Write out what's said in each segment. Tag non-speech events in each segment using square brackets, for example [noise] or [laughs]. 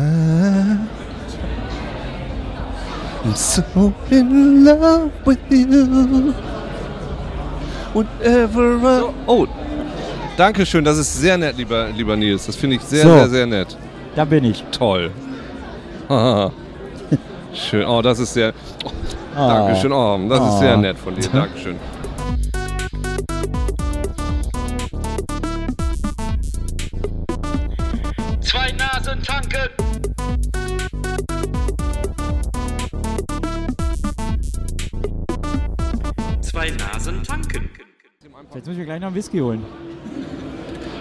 I'm so in love with you. Whenever I... Oh, danke schön. Das ist sehr nett, lieber, lieber Nils. Das finde ich sehr, So. sehr, sehr nett. Da bin ich. Toll. [laughs] Haha. schön. Oh, das ist sehr... Oh, Dankeschön. Oh, das ist sehr nett von dir. Dankeschön. Zwei Nasen tanken. Zwei Nasen tanken. Jetzt müssen wir gleich noch einen Whisky holen.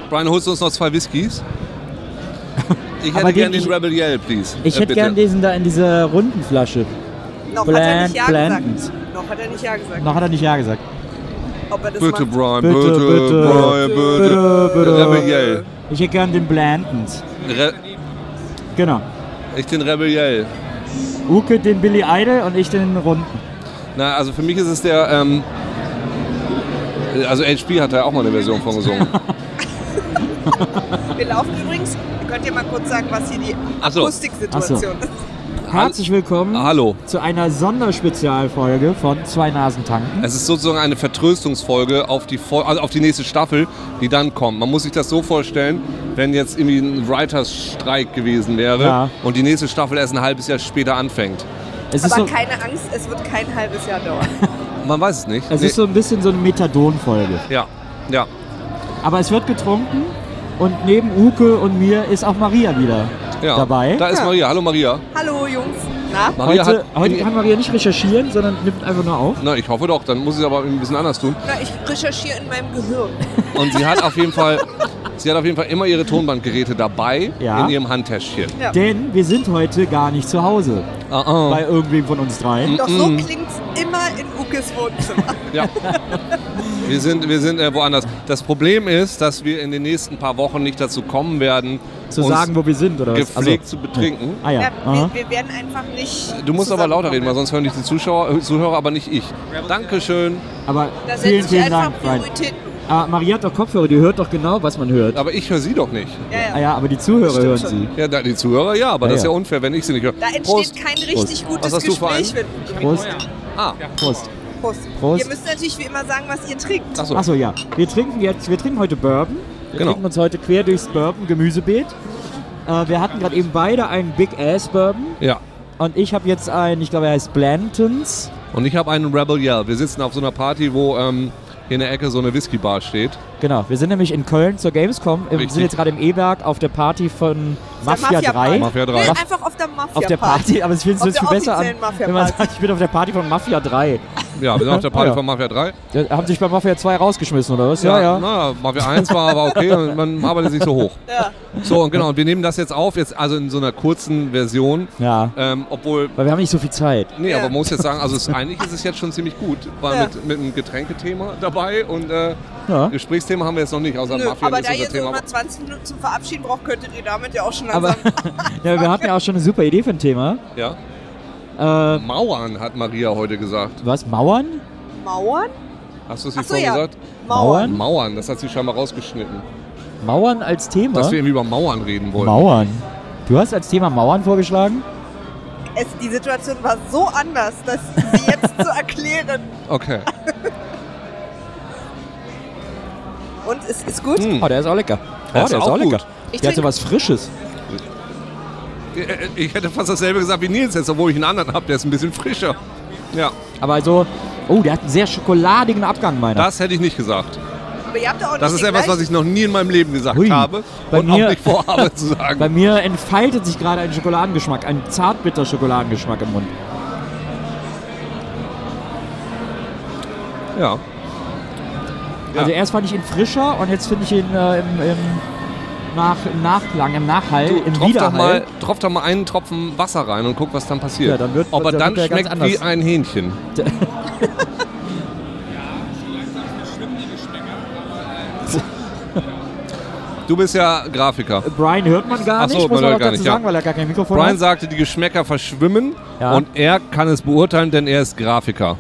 Brian, holst du uns noch zwei [laughs] Whiskys? Ich Aber hätte den- gerne den ich- Rebel Yell, please. Ich Äh, hätte bitte. gern diesen da in dieser runden Flasche. Noch hat er Bland- nicht Ja Blandens. gesagt. Noch hat er nicht Ja gesagt. Noch hat er nicht Ja gesagt. Ob er das Bitte, macht? Brian, Bitte, bitte, bitte, Brian, bitte. Rebel Yell. Ich hätte gern den Blandens. Re Genau. ich den Rebel Yell. Uke den Billy Idol und ich den runden. Na, also für mich ist es der. Ähm, also HP hat da auch mal eine Version von [laughs] gesungen. Wir laufen übrigens. Ihr könnt ja mal kurz sagen, was hier die Ach so. Akustiksituation ist. Herzlich willkommen Hallo. zu einer Sonderspezialfolge von Zwei Nasen tanken. Es ist sozusagen eine Vertröstungsfolge auf die, Fol- also auf die nächste Staffel, die dann kommt. Man muss sich das so vorstellen, wenn jetzt irgendwie ein Writers-Streik gewesen wäre Ja. und die nächste Staffel erst ein halbes Jahr später anfängt. Es ist, Aber so, keine Angst, es wird kein halbes Jahr [laughs] dauern. Man weiß es nicht. es ist so ein bisschen so eine Methadon-Folge. ja, ja. Aber es wird getrunken und neben Uke und mir ist auch Maria wieder Ja. dabei. Da ist Ja. Maria. Hallo Maria. Hallo Jungs. Na? Maria heute, hat. heute kann Maria nicht recherchieren, sondern nimmt einfach nur auf. na, ich hoffe doch, dann muss ich es aber ein bisschen anders tun. Na, ich recherchiere in meinem Gehirn. Und sie hat auf jeden [laughs] Fall, sie hat auf jeden Fall immer ihre Tonbandgeräte dabei Ja. in ihrem Handtäschchen. Ja. Denn wir sind heute gar nicht zu Hause Ah, ah. bei irgendwem von uns dreien. Doch so klingt's immer in Ukes Wohnzimmer. Ja. Wir sind, wir sind äh, woanders. Das Problem ist, dass wir in den nächsten paar Wochen nicht dazu kommen werden, Zu uns sagen, wo wir sind oder was? gepflegt zu betrinken. Ah ja. Ja, aha. Äh, wir, wir werden einfach nicht. Du musst aber lauter reden, weil sonst hören dich die Zuschauer, äh, Zuhörer, aber nicht ich. Dankeschön. Aber Da vielen, setze ich vielen einfach Dank. Brian. Prioritäten. Ah, Maria hat doch Kopfhörer, die hört doch genau, was man hört. Aber ich höre sie doch nicht. Ja, ja. Ah ja, aber die Zuhörer Stimmt hören schon. sie. Ja, da- die Zuhörer ja, aber Ja, das ist ja ja. unfair, wenn ich sie nicht höre. Da entsteht Prost. kein richtig Was gutes hast du vor Gespräch. allem? wenn- Prost. Ah, Prost. Prost. Prost. Ihr müsst natürlich wie immer sagen, was ihr trinkt. achso. Achso, ja. Wir trinken jetzt, wir trinken heute Bourbon. Wir Genau. trinken uns heute quer durchs Bourbon-Gemüsebeet. Äh, wir hatten gerade eben beide einen Big Ass Bourbon Ja. und ich habe jetzt einen, ich glaube, er heißt Blantons. Und ich habe einen Rebel Yell. Wir sitzen auf so einer Party, wo ähm, hier in der Ecke so eine Whiskybar steht. Genau, wir sind nämlich in Köln zur Gamescom. Wir Richtig. sind jetzt gerade im E-Werk auf der Party von Der Mafia 3. Mafia Mafia 3. Nee, drei. einfach auf der Mafia auf der Party, aber es fühlt Auf sich der viel besser an, offiziellen wenn man Mafia-Party. sagt, ich bin auf der Party von Mafia 3. Ja, wir sind auf der Party [laughs] Ja. von Mafia 3. Da haben sich bei Mafia 2 rausgeschmissen, oder was? Ja, ja. Na, Mafia 1 war aber okay, und man arbeitet sich so hoch. Ja. So, und genau, und wir nehmen das jetzt auf, jetzt also in so einer kurzen Version. Ja, Ähm, obwohl, weil wir haben nicht so viel Zeit. nee, Ja. aber man muss jetzt sagen, also es, eigentlich ist es jetzt schon ziemlich gut. War Ja. mit, mit einem Getränkethema dabei und äh, Ja. Gesprächsthema haben wir jetzt noch nicht, außer Nö, Mafia aber ist da ihr unser so Thema. immer 20 Minuten zum Verabschieden braucht, könntet ihr damit ja auch schon Aber [laughs] anfangen. ja, wir hatten ja auch schon eine super Idee für ein Thema. Ja. Äh, Mauern hat Maria heute gesagt. was? Mauern? Mauern? Hast du es Ach nicht so, vorhin ja. gesagt? Mauern? Mauern, das hat sie scheinbar rausgeschnitten. Mauern als Thema? Dass wir irgendwie über Mauern reden wollen. Mauern. Du hast als Thema Mauern vorgeschlagen? Es, die Situation war so anders, dass sie jetzt zu erklären. Okay. Und es ist gut. Hm. Oh, der ist auch lecker. Oh, Der ist auch gut. Ich der hat so trinke- was Frisches. Äh, Ich hätte fast dasselbe gesagt wie Nils jetzt, obwohl ich einen anderen habe, der ist ein bisschen frischer. Ja, Aber so, oh, der hat einen sehr schokoladigen Abgang, meiner. das hätte ich nicht gesagt. Aber ihr habt ja auch Das nicht ist etwas, was ich noch nie in meinem Leben gesagt Hui. habe Bei und mir- auch nicht vorhabe zu Bei [laughs] sagen. mir entfaltet sich gerade ein Schokoladengeschmack, ein zartbitter Schokoladengeschmack im Mund. Ja. Ja. Also erst fand ich ihn frischer und jetzt finde ich ihn äh, im, im, nach, im Nachklang, im Nachhall, Du, im tropf, doch Widerhall. mal, tropf doch mal einen Tropfen Wasser rein und guck, was dann passiert. Ja, dann wird- Ob er dann dann wird der ganz schmeckt wie anders. ein Hähnchen. [laughs] Du bist ja Grafiker. Brian hört man gar Ach so, nicht, man muss man hört auch gar dazu nicht, ja. sagen, weil er gar kein Mikrofon Brian hat. sagte, die Geschmäcker verschwimmen Ja. und er kann es beurteilen, denn er ist Grafiker.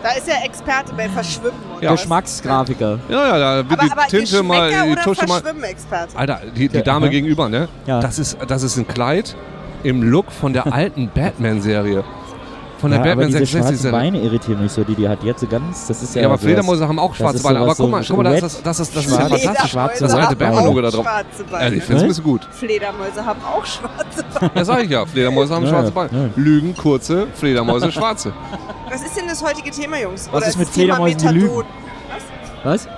Da ist er Experte bei Verschwimmen. und Ja. was. Geschmacksgrafiker. Ja, ja, da wird Aber, aber die Tinte mal, Geschmäcker die oder Tusche mal. Verschwimmen-Experte? Alter, die, die Ja, Dame aha. gegenüber, ne? Ja. Das, ist, das ist ein Kleid im Look von [laughs] der alten Batman-Serie. Von der Ja, aber Batman diese schwarzen 66-Serie. Beine irritieren mich so, die die hat jetzt so ganz. Das ist ja, Ja, aber sowas- Fledermäuse haben auch schwarze ist Beine. Aber sowas guck mal, so guck mal, das red, ist, das ist, das ist ja schwarz. Ne? fantastisch. Fledermäuse Das haben alte auch Batman-Logo da drauf. Schwarze Ja, ich Beine. finde es ein bisschen gut. Fledermäuse haben auch schwarze Beine. Ja, sag ich ja. Fledermäuse haben Ja, schwarze ja, Beine. ja. Lügen, kurze, Fledermäuse, schwarze. Was ist denn das heutige Thema, Jungs? Was Oder ist mit das Thema Fledermäusen, die Methadon? [laughs] Was?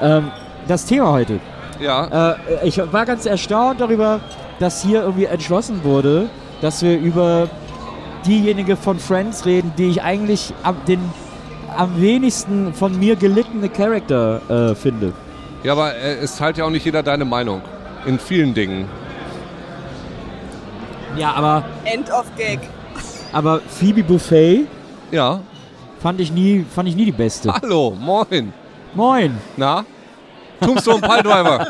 Ähm, das Thema heute. Ja. Äh, ich war ganz erstaunt darüber, dass hier irgendwie entschlossen wurde, dass wir über diejenige von Friends reden, die ich eigentlich am, den am wenigsten von mir gelittene Charakter äh, finde. Ja, aber äh, es teilt ja auch nicht jeder deine Meinung. In vielen Dingen. Ja, aber, End of Gag. aber Phoebe Buffet Ja. fand ich nie, fand ich nie die [laughs] beste. Hallo, moin. Moin! Na? Tombstone Piledriver.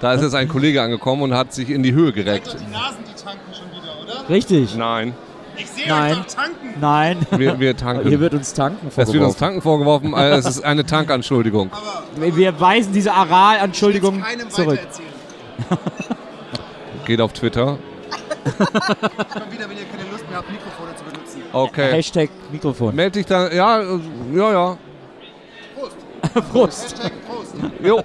Da ist jetzt ein Kollege angekommen und hat sich in die Höhe gereckt. Die Nasen, die tanken schon wieder, oder? Richtig. Nein, Ich sehe Nein. euch doch tanken. Nein. [laughs] wir, wir Hier tanken. wird uns tanken Es wird uns vorgeworfen. Tanken vorgeworfen, äh, es ist eine Tankanschuldigung. Wir weisen diese Aral-Anschuldigung Keinem zurück. weitererzählen. Geht auf Twitter. Kommt wieder, wenn ihr keine Lust mehr habt, Mikrofone zu benutzen. Okay. Hashtag Mikrofon. Meld dich dann. Ja, äh, ja, ja. Prost. Hashtag Prost. [laughs] Jo.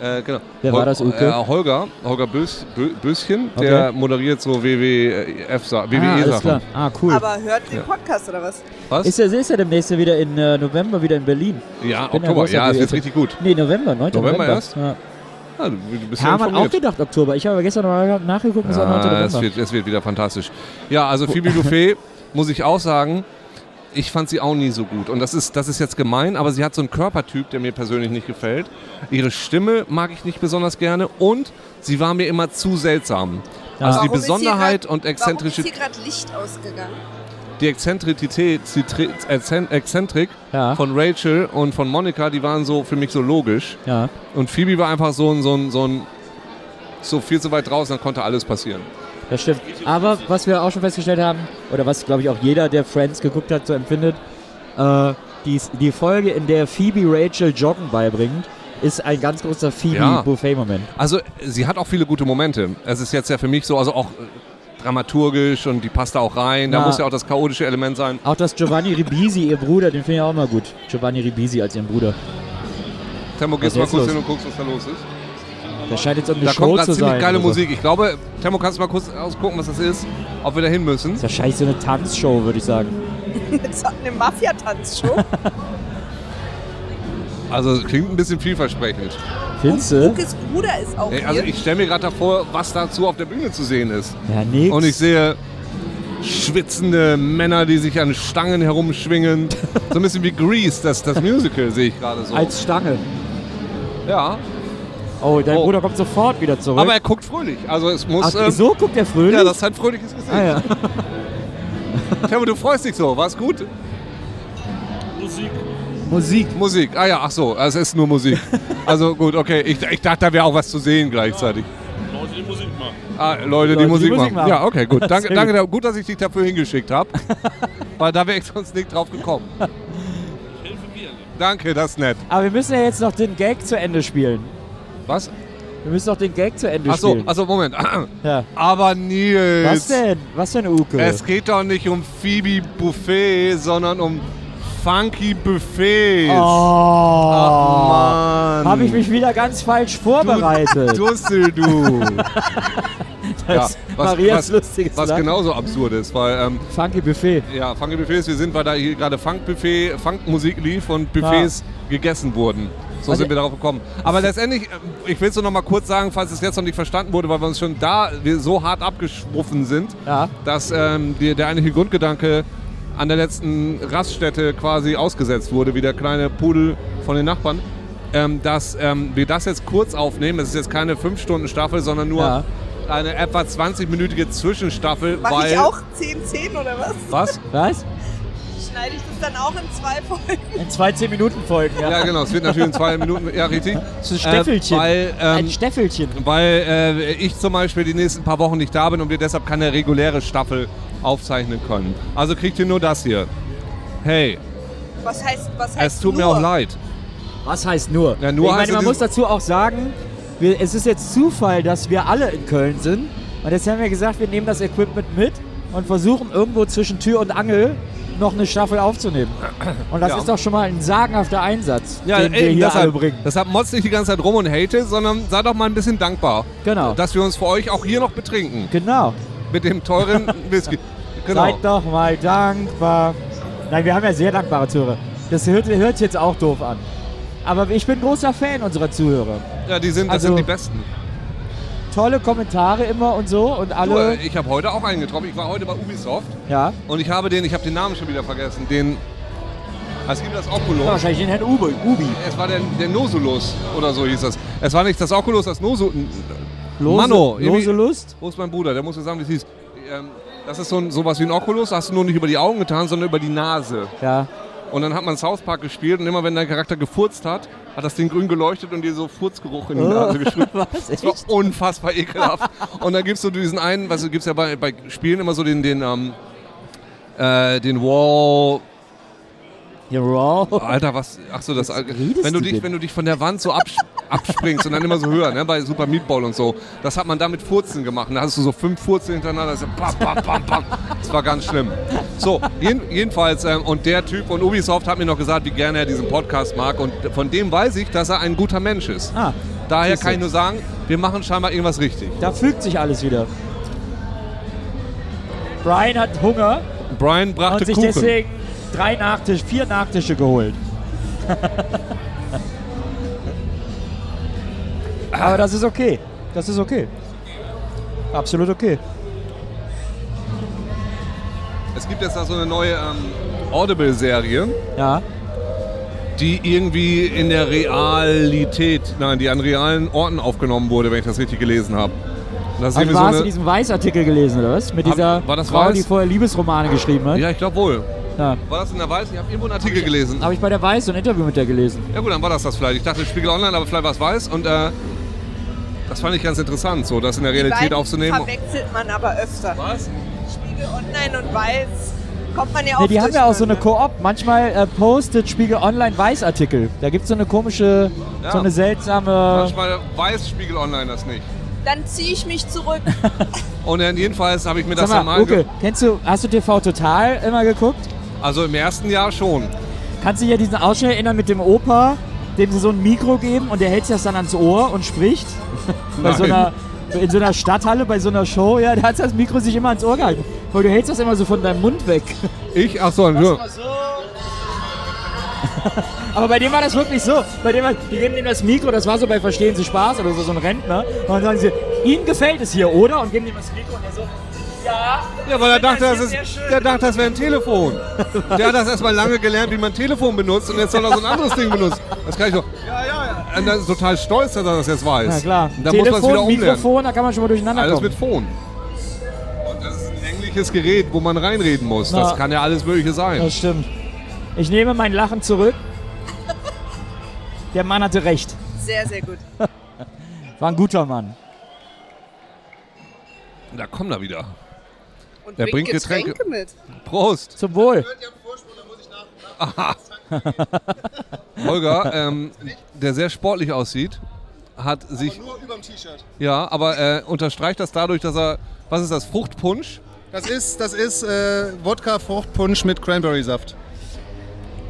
Äh, genau. Wer war das, Uke? Äh, Holger, Holger Bös, Bö, Böschen, der moderiert so E, äh, WWF-Sachen. Ah, alles klar. WWE-Sachen. Ah, cool. Aber hört den Podcast oder was? Was? ist er ist er demnächst ja wieder in äh, November wieder in Berlin? ja, bin ja Oktober. großer Ja, es wird WWE. richtig gut. Nee, November, 9. November November. erst? Ja. Ja, du du bist ja Hermann auch informiert. gedacht Oktober. Ich habe gestern noch mal nachgeguckt und es war 9. Ja, Ah, es, November. wird, es wird wieder fantastisch. Ja, also [laughs] Phoebe Buffet, muss ich auch sagen, ich fand sie auch nie so gut. Und das ist, das ist jetzt gemein, aber sie hat so einen Körpertyp, der mir persönlich nicht gefällt. Ihre Stimme mag ich nicht besonders gerne und sie war mir immer zu seltsam. Also die Warum ist hier Besonderheit grad- und exzentrische, Warum ist hier gerade Licht ausgegangen? die Exzentrität, Zitri- Exzen- Exzentrik Ja. von Rachel und von Monika, die waren so für mich so logisch. ja. Und Phoebe war einfach so ein, so ein, so ein, so viel zu weit draußen, dann konnte alles passieren. Das stimmt. Aber was wir auch schon festgestellt haben, oder was glaube ich auch jeder, der Friends geguckt hat, so empfindet, äh, die, die Folge, in der Phoebe Rachel Joggen beibringt, ist ein ganz großer Ja. Phoebe-Buffet-Moment. Also, sie hat auch viele gute Momente. Es ist jetzt ja für mich so, also auch äh, dramaturgisch und die passt da auch rein. Da Ja. muss ja auch das chaotische Element sein. Auch dass Giovanni Ribisi, ihr Bruder, den finde ich auch immer gut. Giovanni Ribisi als ihren Bruder. Tempo, Was ist gehst du mal kurz los? hin und guckst, was da los ist. Das scheint jetzt irgendeine Da Show kommt gerade zu sein. ziemlich geile oder so. Musik. Ich glaube, Tempo, kannst du mal kurz ausgucken, was das ist? Ob wir da hin müssen? Ist wahrscheinlich so eine Tanzshow, würde ich sagen. [laughs] Jetzt hat eine Mafia-Tanzshow. Also, klingt ein bisschen vielversprechend. Findest Oh, du? Lukes Bruder ist auch Ey, hier. Also, ich stelle mir gerade davor, was dazu auf der Bühne zu sehen ist. Ja, nix. Und ich sehe schwitzende Männer, die sich an Stangen herumschwingen. So ein bisschen wie Grease, das, das Musical sehe ich gerade so. Als Stange. ja. Oh, dein Oh. Bruder kommt sofort wieder zurück. Aber er guckt fröhlich. Also es muss. Ach, ähm, so guckt er fröhlich? Ja, das ist ein fröhliches Gesicht. ah, ja. Timo, du freust dich so. War's gut? Musik. [laughs] Musik. Ah ja, ach so. Es ist nur Musik. Also gut, okay. Ich, ich dachte, da wäre auch was zu sehen gleichzeitig. Ah, Leute, die Musik machen. Ja, okay, gut. Danke, Sehr danke. da- Gut, dass ich dich dafür hingeschickt [laughs] habe. weil da wäre ich sonst nicht drauf gekommen. Danke, das ist nett. Aber wir müssen ja jetzt noch den Gag zu Ende spielen. Was? Wir müssen noch den Gag zu Ende Ach so, spielen. also Moment. [clears throat] Ja. Aber Nils. Was denn? Was für eine Uke? Es geht doch nicht um Phoebe Buffet, sondern um Funky Buffets. oh. Mann. Habe [laughs] ich mich wieder ganz falsch vorbereitet. Dussel, du. [laughs] Das Ja, was- Marias was- lustiges Was Lachen. genauso absurd ist, weil, ähm, Funky Buffet. ja, Funky Buffets, wir sind, weil da hier gerade Funkbuffet, Funkmusik lief und Buffets gegessen wurden. So Also- sind wir darauf gekommen. Aber letztendlich, ähm, ich will es nur noch mal kurz sagen, falls es jetzt noch nicht verstanden wurde, weil wir uns schon da wir so hart abgeschwuffen sind, Ja. dass ähm, die, der eigentliche Grundgedanke an der letzten Raststätte quasi ausgesetzt wurde, wie der kleine Pudel von den Nachbarn, ähm, dass ähm, wir das jetzt kurz aufnehmen. Es ist jetzt keine 5-Stunden-Staffel, sondern nur Ja. eine etwa 20-minütige Zwischenstaffel. Mach weil ich auch 10-10 oder was? Was? Was? schneide ich das dann auch in zwei Folgen. In zwei 10-Minuten-Folgen, ja. Ja, genau. Es wird natürlich in zwei Minuten. Ja, richtig. So ein Steffelchen. Äh, weil Ein ähm, Steffelchen. weil äh, ich zum Beispiel die nächsten paar Wochen nicht da bin und wir deshalb keine reguläre Staffel aufzeichnen können. Also kriegt ihr nur das hier. Hey, Was heißt, was heißt es tut mir nur? auch leid. Was heißt nur? Ja, nur ich heißt meine, man in muss diesem- dazu auch sagen, wir, es ist jetzt Zufall, dass wir alle in Köln sind. Und jetzt haben wir gesagt, wir nehmen das Equipment mit und versuchen irgendwo zwischen Tür und Angel noch eine Staffel aufzunehmen. Und das Ja. ist doch schon mal ein sagenhafter Einsatz, den wir ey, hier alle deshalb, bringen. deshalb motzt nicht die ganze Zeit rum und hate, sondern sei doch mal ein bisschen dankbar, Genau. dass wir uns für euch auch hier noch betrinken. Genau. Mit dem [laughs] teuren Whisky. Genau. Seid doch mal dankbar. Nein, wir haben ja sehr dankbare Zuhörer. Das hört, hört jetzt auch doof an. Aber ich bin großer Fan unserer Zuhörer. Ja, die sind, das Also, sind die besten. Tolle Kommentare immer und so und Du, äh, alle. ich habe heute auch einen getroffen. Ich war heute bei Ubisoft Ja. und ich habe den, ich habe den Namen schon wieder vergessen, den. Es gibt das Oculus. Wahrscheinlich den Herrn Ubi. Ubi. Es war der, der Nosulus oder so hieß das. Es war nicht das Oculus, das Nosul. Lose, Mano, lose irgendwie- Lust? Wo ist mein Bruder? Der muss mir sagen, wie es hieß. Ähm, das ist so ein, sowas wie ein Oculus, hast du nur nicht über die Augen getan, sondern über die Nase. Ja. Und dann hat man South Park gespielt und immer wenn dein Charakter gefurzt hat, hat das Ding grün geleuchtet und dir so Furzgeruch in die Nase gesprüht. [laughs] Was? Das war unfassbar ekelhaft. und dann gibst du diesen einen, was gibt es ja bei, bei Spielen immer so den, den, ähm, äh, den Wall. Ja, wow. Alter, was? Ach so, das. redest Wenn du du dich, denn? wenn du dich von der Wand so absch abspringst und dann immer so höher, ne? Bei Super Meatball und so. Das hat man damit Furzen gemacht. ne, Da hast du so fünf Furzen hintereinander. Das, ist so bam, bam, bam, bam. das war ganz schlimm. So, jeden, jedenfalls ähm, und der Typ von Ubisoft hat mir noch gesagt, wie gerne er diesen Podcast mag und von dem weiß ich, dass er ein guter Mensch ist. Ah, Daher siehst kann du. ich nur sagen, wir machen scheinbar irgendwas richtig. da fügt sich alles wieder. Brian hat Hunger Brian brachte und sich Kuchen. deswegen drei Nachtische, vier Nachtische geholt. [laughs] Aber das ist okay. Das ist okay. Absolut okay. Es gibt jetzt da so eine neue ähm, Audible-Serie. Ja. die irgendwie in der Realität, nein, die an realen Orten aufgenommen wurde, wenn ich das richtig gelesen habe. Das ist Also irgendwie du hast so du diesen Weißartikel gelesen, oder was? Mit Hab- dieser war das Frau, Weiß? die vorher Liebesromane geschrieben hat. eine, ja, ich glaube wohl. Ja. War das in der Weiß? Ich habe irgendwo einen Artikel gelesen. Habe ich bei der Weiß so ein Interview mit der gelesen. Ja gut, dann war das das vielleicht. Ich dachte Spiegel Online, aber vielleicht war es Weiß. Und äh, das fand ich ganz interessant, so das in der Die Realität beiden aufzunehmen. verwechselt man aber öfter. Was? Spiegel online und weiß kommt man ja auch Nee, die haben ja auch so eine durcheinander. ne? Koop. Manchmal äh, postet Spiegel Online Weißartikel. Da gibt es so eine komische, Ja. so eine seltsame. Manchmal weiß Spiegel Online das nicht. Dann ziehe ich mich [laughs] zurück. Und dann jedenfalls habe ich mir das Sag dann mal, mal Uke, ange- kennst du, hast du TV Total immer geguckt? Also im ersten Jahr schon. Kannst du dich ja diesen Ausschnitt erinnern mit dem Opa, dem sie so ein Mikro geben und der hält sich das dann ans Ohr [laughs] und spricht? bei so Nein. einer, in so einer Stadthalle, bei so einer Show, ja, da hat das Mikro sich immer ans Ohr gehalten. Weil du hältst das immer so von deinem Mund weg. Ich? Achso, so. [laughs] Aber bei dem war das wirklich so. Bei dem, war- die geben ihm das Mikro, das war so bei Verstehen Sie Spaß oder so, so ein Rentner. Und dann sagen sie, Ihnen gefällt es hier, oder? Und geben ihm das Mikro und er so, ja. Ja, weil er Das dachte, das ist ist, sehr schön. der dachte, das wäre ein Telefon. Der hat das erstmal lange gelernt, wie man ein Telefon benutzt und jetzt soll er so ein anderes Ding benutzen. Das kann ich doch. Ja, ja, ja. Und dann ist total stolz, dass er das jetzt weiß. Na klar, Da muss man es wieder Telefon, umlernen. Mikrofon, da kann man schon mal durcheinander Alles kommen. mit Phon. Und das ist ein längliches Gerät, wo man reinreden muss. Na. Das kann ja alles Mögliche sein. Das stimmt. Ich nehme mein Lachen zurück. Der Mann hatte recht. Sehr, sehr gut. War ein guter Mann. Da kommt er wieder. Und Er bringt bringt Getränke. Getränke, mit. Prost. Zum Wohl. [laughs] Holger, ähm, der sehr sportlich aussieht, hat sich. Nur überm T-Shirt. Ja, aber äh, unterstreicht das dadurch, dass er. Was ist das? Fruchtpunsch? Das ist, das ist äh, Wodka-Fruchtpunsch mit Cranberry-Saft.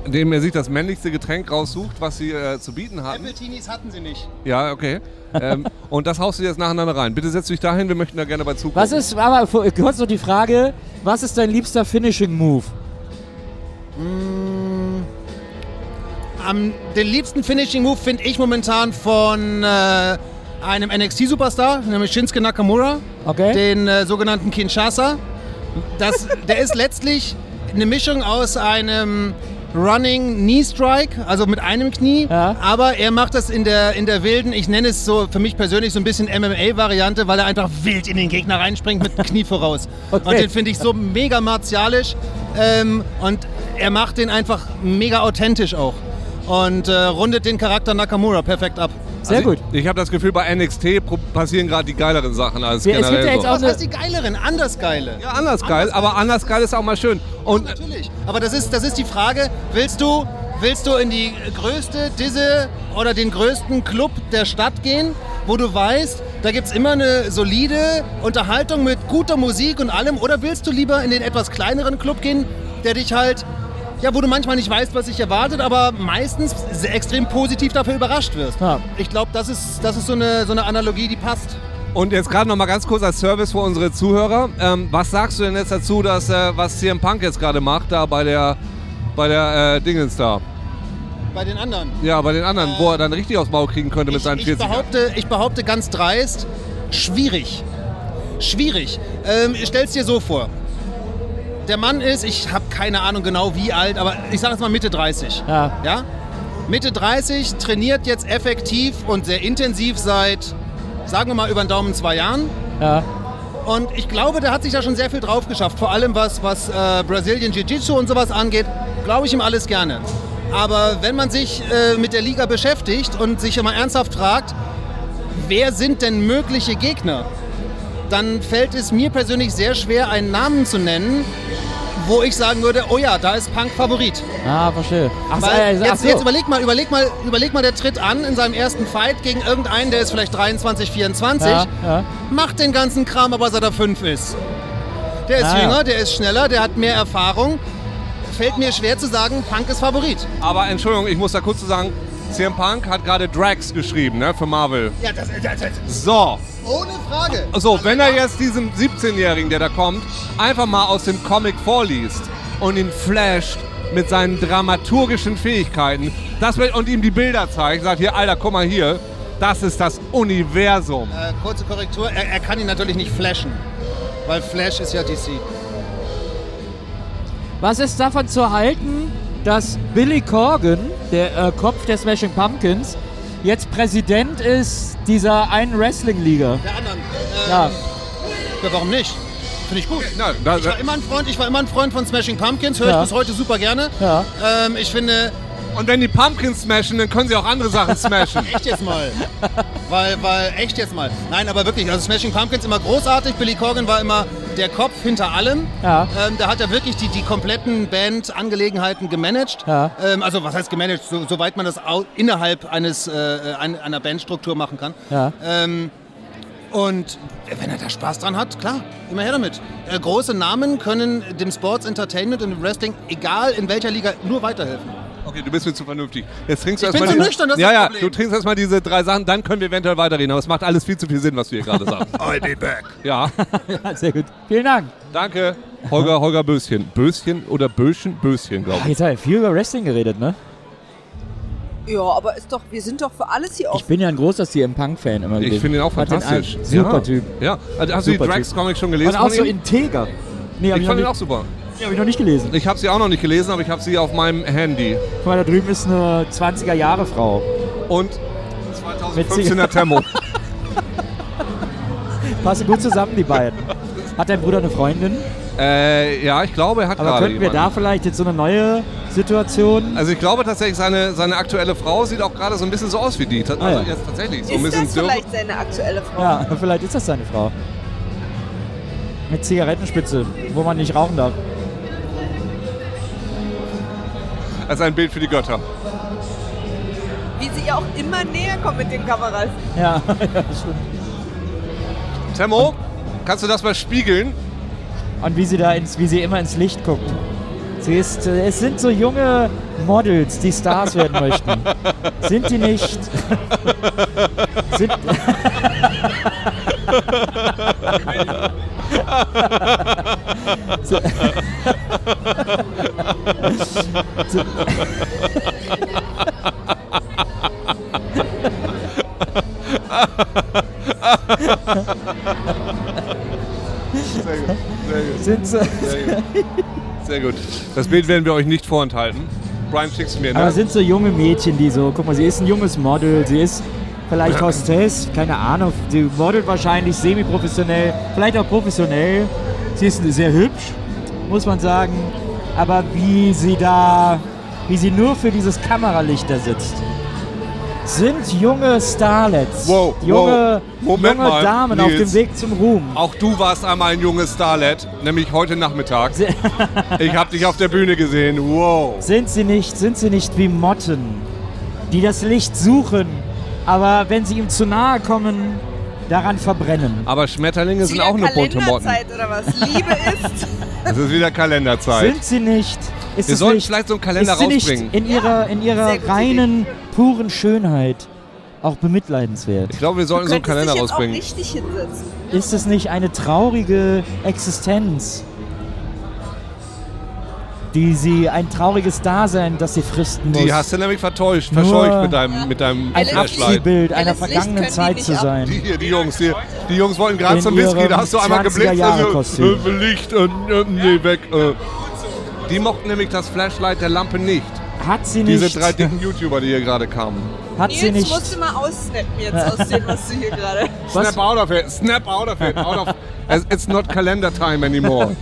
indem er sich das männlichste Getränk raussucht, was sie äh, zu bieten hatten. Apple-Teenies hatten sie nicht. Ja, okay. [laughs] ähm, und das haust du jetzt nacheinander rein. Bitte setz dich dahin, wir möchten da gerne bei zugucken. Was ist, aber vor- kurz noch die Frage, was ist dein liebster Finishing-Move? Am den liebsten Finishing Move finde ich momentan von äh, einem NXT Superstar, nämlich Shinsuke Nakamura, Okay? den äh, sogenannten Kinshasa. Das, der ist letztlich eine Mischung aus einem Running Knee Strike, also mit einem Knie. Ja. Aber er macht das in der, in der wilden, ich nenne es so für mich persönlich so ein bisschen MMA-Variante, weil er einfach wild in den Gegner reinspringt mit dem Knie voraus. Okay. Und den finde ich so mega martialisch. Ähm, und er macht den einfach mega authentisch auch. Und äh, rundet den Charakter Nakamura perfekt ab. Sehr gut. Also, Ich habe das Gefühl, bei NXT pro- passieren gerade die geileren Sachen als Ja, es gibt generell. ja jetzt so. auch Was heißt die geileren? Anders geile. ja, anders geil, aber anders geil ist auch mal schön. Und äh, Natürlich. Aber das ist, das ist die Frage, willst du, willst du in die größte Disse oder den größten Club der Stadt gehen, wo du weißt, da gibt es immer eine solide Unterhaltung mit guter Musik und allem, oder willst du lieber in den etwas kleineren Club gehen, der dich halt, ja, wo du manchmal nicht weißt, was dich erwartet, aber meistens sehr extrem positiv dafür überrascht wirst. Ja. Ich glaube, das ist, das ist so, eine, so eine Analogie, die passt. Und jetzt gerade noch mal ganz kurz als Service für unsere Zuhörer. Ähm, was sagst du denn jetzt dazu, dass äh, was CM Punk jetzt gerade macht, da bei der bei der äh, Dingens da? Bei den anderen. Ja, bei den anderen, wo er dann richtig aufs Maul kriegen könnte mit ich, seinen ich 40 behaupte, ich behaupte ganz dreist, schwierig. Schwierig. Ähm, Stell es dir so vor. Der Mann ist, ich habe keine Ahnung genau wie alt, aber ich sage jetzt mal Mitte 30. Ja. Ja? Mitte 30 trainiert jetzt effektiv und sehr intensiv seit, sagen wir mal, über den Daumen zwei Jahren. Ja. Und ich glaube, der hat sich da schon sehr viel drauf geschafft. Vor allem was, was äh, Brazilian Jiu-Jitsu und sowas angeht, glaube ich ihm alles gerne. Aber wenn man sich äh, mit der Liga beschäftigt und sich immer ernsthaft fragt, wer sind denn mögliche Gegner, dann fällt es mir persönlich sehr schwer, einen Namen zu nennen, wo ich sagen würde, oh ja, da ist Punk Favorit. Ah, verstehe. Ach, so, Weil ach jetzt, so. jetzt überleg mal, überleg mal, überleg mal, der tritt an in seinem ersten Fight gegen irgendeinen, der ist vielleicht 23, 24 ja, ja. macht den ganzen Kram, aber seit er fünf ist. Der ist Ah, ja. jünger, der ist schneller, der hat mehr Erfahrung. Fällt mir schwer zu sagen, Punk ist Favorit. Aber Entschuldigung, ich muss da kurz zu sagen, CM Punk hat gerade Drax geschrieben, ne, für Marvel. Ja, das, das, das So, ohne Frage. so wenn er jetzt diesem 17-Jährigen, der da kommt, einfach mal aus dem Comic vorliest und ihn flasht mit seinen dramaturgischen Fähigkeiten das wird, und ihm die Bilder zeigt, sagt hier, Alter, guck mal hier, das ist das Universum. Äh, kurze Korrektur, er, er kann ihn natürlich nicht flashen. Weil Flash ist ja DC. Was ist davon zu halten, dass Billy Corgan, der äh, Kopf der Smashing Pumpkins, jetzt Präsident ist dieser einen Wrestling-Liga? Der anderen. Äh, Ja. ja, warum nicht? Finde ich gut. Na, da, Ich war, immer ein Freund, ich war immer ein Freund von Smashing Pumpkins, höre Ja. ich bis heute super gerne. Ja. Ähm, ich finde, und wenn die Pumpkins smashen, dann können sie auch andere Sachen [laughs] smashen. echt jetzt [laughs] mal. Weil, weil, echt jetzt mal. Nein, aber wirklich, also Smashing Pumpkins immer großartig. Billy Corgan war immer der Kopf hinter allem. Ja. Ähm, da hat er wirklich die, die kompletten Band-Angelegenheiten gemanagt. Ja. Ähm, also, was heißt gemanagt? So, soweit man das au- innerhalb eines, äh, ein- einer Bandstruktur machen kann. Ja. Ähm, und äh, wenn er da Spaß dran hat, klar, immer her damit. Äh, große Namen können dem Sports Entertainment und dem Wrestling, egal in welcher Liga, nur weiterhelfen. Okay, du bist mir zu vernünftig. Jetzt trinkst du Ich erstmal bin zu diese- nüchtern, das ist Ja, das ja, Problem. du trinkst erstmal diese drei Sachen, dann können wir eventuell weiterreden. Aber es macht alles viel zu viel Sinn, was du hier gerade [laughs] sagst. I'll be back. Ja, Ja, [laughs] sehr gut. Vielen Dank. danke. Holger, Holger Böschen. Böschen oder Böschen? Böschen, glaube Ach, jetzt haben wir viel über Wrestling geredet, ne? Ja, aber ist doch, wir sind doch für alles hier Ich offen. bin ja ein großer CM-Punk-Fan immer ich. gewesen. Ich finde ihn auch Hat den fantastisch. einen Super ja. Typ. Ja, also, hast du die Super Typ. Drax-Comic schon gelesen? Und auch von so ihm? integer. Nee, hab ich ich, noch fand ihn auch nicht, super. hab ich noch nicht gelesen. Ich habe sie auch noch nicht gelesen, aber ich habe sie auf meinem Handy. Guck mal, da drüben ist eine 20er-Jahre-Frau. Und Witzig. 2015er [laughs] Tempo. Passen gut zusammen, [laughs] die beiden. Hat dein Bruder eine Freundin? äh, ja, ich glaube, er hat Aber gerade könnten wir da jemanden. vielleicht jetzt so eine neue Situation. Also ich glaube tatsächlich, seine, seine aktuelle Frau sieht auch gerade so ein bisschen so aus wie die. Ta- Ah, ja. Also jetzt tatsächlich. So ein ist bisschen das dürr- vielleicht seine aktuelle Frau? Ja, [laughs] vielleicht ist das seine Frau. Mit Zigarettenspitze, wo man nicht rauchen darf. als ein Bild für die Götter. Wie sie ja auch immer näher kommen mit den Kameras. Ja, ja stimmt. Temmo, kannst du das mal spiegeln? [laughs] Und wie sie da ins, wie sie immer ins Licht guckt. Sie ist, äh, es sind so junge Models, die Stars werden möchten. Sind die nicht? sind, So- So- Sehr gut. Sehr gut. sind sie, Sehr gut. Das Bild werden wir euch nicht vorenthalten. Brian Shakespeare, Aber ne? sind so junge Mädchen, die so, guck mal, sie ist ein junges Model, sie ist vielleicht Hostess, keine Ahnung, sie modelt wahrscheinlich semi-professionell, vielleicht auch professionell. Sie ist sehr hübsch, muss man sagen, aber wie sie da, wie sie nur für dieses Kameralicht da sitzt. Sind junge Starlets, Wow, junge, wow. Moment junge mal, Damen auf dem Nils. Weg zum Ruhm. Auch du warst einmal ein junges Starlet, nämlich heute Nachmittag. Ich habe dich auf der Bühne gesehen. Wow. Sind sie nicht, sind sie nicht wie Motten, die das Licht suchen, aber wenn sie ihm zu nahe kommen, daran verbrennen? Aber Schmetterlinge sind wieder auch eine bunte Motten. Kalenderzeit oder was? [laughs] Liebe ist. Es ist wieder Kalenderzeit. Sind sie nicht? Ist Wir es sollten nicht, vielleicht so einen Kalender ist sie nicht rausbringen. in ihrer, in sehr ihrer gute reinen, puren Schönheit auch bemitleidenswert? Ich glaube, wir sollten so einen Könntest Kalender dich jetzt rausbringen. auch richtig hinsetzen. Ist es nicht eine traurige Existenz, die sie, ein trauriges Dasein, das sie fristen muss? Die hast du nämlich vertäuscht, Nur verscheucht mit deinem, mit deinem Ein Flashlight. Abziehbild einer Helles Licht können vergangenen die Zeit nicht zu ab. sein. Die hier, die Jungs, die, die Jungs wollten gerade In zum Whisky, ihrem da hast du einmal geblinkt. Also, 20er-Jahre-Kostüm. äh, Licht, äh, äh, nee, weg. Äh. Die mochten nämlich das Flashlight der Lampe nicht. Hat sie Diese nicht, drei dicken YouTuber, die hier gerade kamen. hat sie Nils, musst nicht, du mal aussnappen jetzt aus dem, was du hier gerade. [laughs] Was? Snap out of it, snap out of it. Out [laughs] of, It's- it's not calendar time anymore.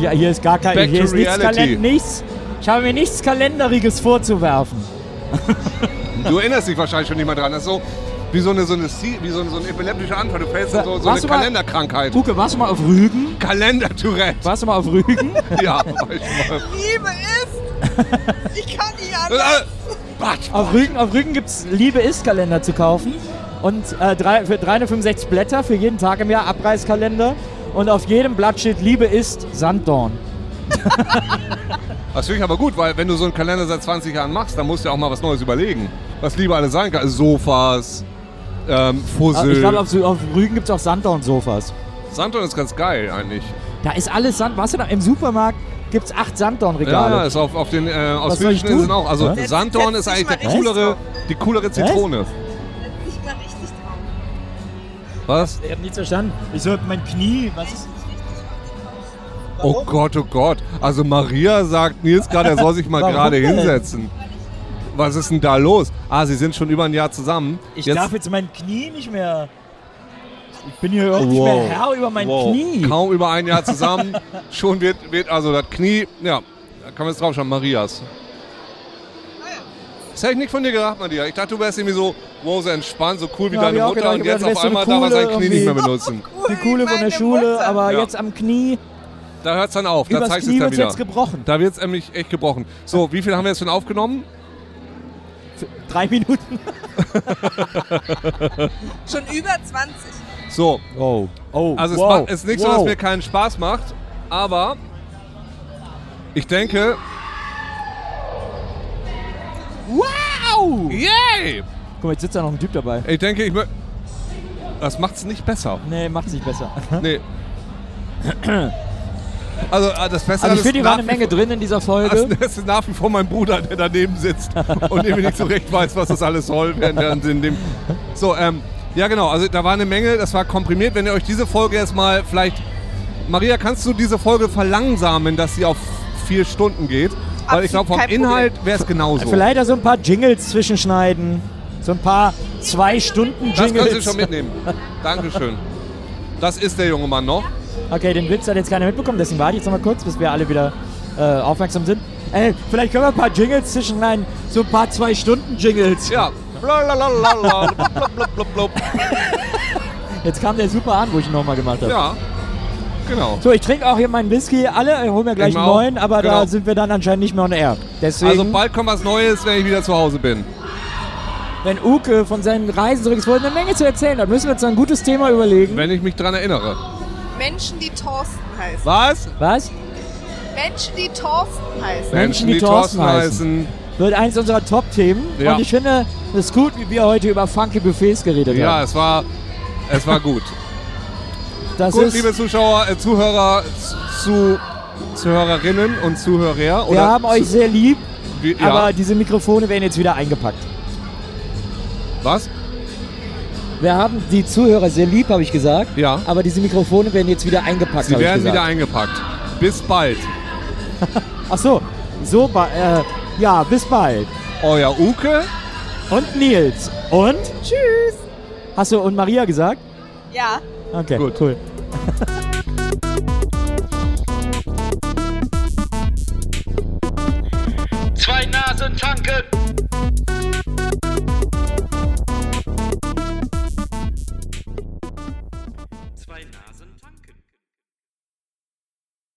Ja, hier ist gar kein, Back hier to ist nichts, reality. Kalend, nichts. Ich habe mir nichts Kalenderiges vorzuwerfen. Du erinnerst dich wahrscheinlich schon nicht mehr dran. Das ist so wie so, eine, so, eine, Sie- wie so, ein- so ein epileptischer Anfall. Du fällst in so, so eine Warst du mal- Kalenderkrankheit. Uke, warst du mal auf Rügen? Kalender-Tourette. Warst du mal auf Rügen? [laughs] Ja, war ich mal. [laughs] Liebe ist. Ich kann nicht anders. Äh, Batsch. [laughs] auf Rügen, auf Rügen gibt es Liebe ist Kalender zu kaufen. Und äh, drei, für 365 Blätter für jeden Tag im Jahr Abreißkalender. Und auf jedem Blatt steht Liebe ist Sanddorn. Äh, Das finde ich aber gut, weil wenn du so einen Kalender seit 20 Jahren machst, dann musst du ja auch mal was Neues überlegen. Was Liebe alles sein kann. Also Sofas, ähm, Äh, Ich Fussel. glaube, auf, Sü- auf Rügen gibt es auch Sanddorn-Sofas. Sanddorn ist ganz geil eigentlich. Da ist alles Sand. Warst du da im Supermarkt? Gibt es acht Sanddornregale. Ja, ist auf, auf den äh, Was soll ich ausführlichen tun? Inseln auch. Also Hä? Sanddorn ist Setz dich eigentlich der mal richtig coolere, drauf. die coolere Zitrone. äh. Nicht mal richtig drauf. Was? Ich habe nichts verstanden. Ich so, mein Knie, was ist Oh Gott, oh Gott. Also Maria sagt Nils gerade, er soll sich mal Warum gerade denn? hinsetzen. Was ist denn da los? Ah, sie sind schon über ein Jahr zusammen. Ich Jetzt- darf jetzt mein Knie nicht mehr. Ich bin hier überhaupt nicht Wow. mehr Herr über mein Wow. Knie. Kaum über ein Jahr zusammen. [laughs] Schon wird, wird also das Knie, ja, da kann man jetzt drauf schauen, Marias. Das hätte ich nicht von dir gedacht, Maria. Ich dachte, du wärst irgendwie so, wow, so entspannt, so cool wie Ja, hab deine ich auch Mutter gedacht. und Ich hab jetzt gedacht, auf du wärst so eine einmal darf er sein coole Knie nicht mehr irgendwie. [laughs] benutzen. Die Coole von der Meine Schule, Mutter. aber Ja. jetzt am Knie. Da hört es dann auf, da Übers zeigt Knie es dann wird wieder. jetzt gebrochen. Da wird es nämlich echt gebrochen. So, wie viel haben wir jetzt schon aufgenommen? Drei Minuten. Schon über 20. So, Oh. Oh. also es macht- es ist nicht so, dass mir keinen Spaß macht, aber ich denke, Wow! yay! Guck mal, jetzt sitzt da noch ein Typ dabei. Ich denke, ich mö- Das macht's nicht besser. Nee, macht's nicht [laughs] besser. Nee. Also äh, das Beste Also ich ist finde, hier war nach eine wie Menge drin in dieser vor- Folge. das, das ist nach wie vor mein Bruder, der daneben sitzt und irgendwie nicht so recht weiß, was das alles soll. Während er in dem so, ähm, ja genau, also da war eine Menge, das war komprimiert. Wenn ihr euch diese Folge jetzt mal vielleicht... Maria, kannst du diese Folge verlangsamen, dass sie auf vier Stunden geht? Weil ich Absolut glaube, vom kein Problem. Inhalt wäre es genauso. Vielleicht auch so ein paar Jingles zwischenschneiden. So ein paar das kannst du schon Zwei-Stunden-Jingles. mitnehmen. Dankeschön. Das ist der junge Mann noch. Okay, den Witz hat jetzt keiner mitbekommen, deswegen warte ich jetzt noch mal kurz, bis wir alle wieder äh, aufmerksam sind. Äh, vielleicht können wir ein paar Jingles zwischenrein, so ein paar Zwei-Stunden-Jingles. Ja. Blalalala, blub, blub, blub, blub. Jetzt kam der super an, wo ich ihn nochmal gemacht habe. Ja, genau. So, ich trinke auch hier meinen Whisky, alle, ich hol mir gleich Ich einen auch. neuen, aber Genau. da sind wir dann anscheinend nicht mehr on air. Deswegen, Also bald kommt was Neues, wenn ich wieder zu Hause bin. wenn Uke von seinen Reisen zurück ist, wollte eine Menge zu erzählen, dann müssen wir uns ein gutes Thema überlegen. Wenn ich mich dran erinnere. Menschen, die Thorsten heißen. Was? Was? Menschen, die Thorsten heißen. Menschen, die Thorsten heißen. Wird eines unserer Top-Themen. Ja. Und ich finde, es ist gut, wie wir heute über funky Buffets geredet Ja, haben. es war, es war [laughs] gut. Das gut, ist, liebe Zuschauer, äh, Zuhörer, z- zu, Zuhörerinnen und Zuhörer. wir oder haben euch zu, sehr lieb. wie, ja, Aber diese Mikrofone werden jetzt wieder eingepackt. Was? Wir haben die Zuhörer sehr lieb, habe ich gesagt. Ja. Aber diese Mikrofone werden jetzt wieder eingepackt. Sie habe ich werden gesagt. wieder eingepackt. Bis bald. Ach so, so ba- äh, Ja, bis bald. Euer Uke. Und Nils. Und? Tschüss. Hast du und Maria gesagt? Ja. Okay, Gut. cool. Zwei Nasen tanken.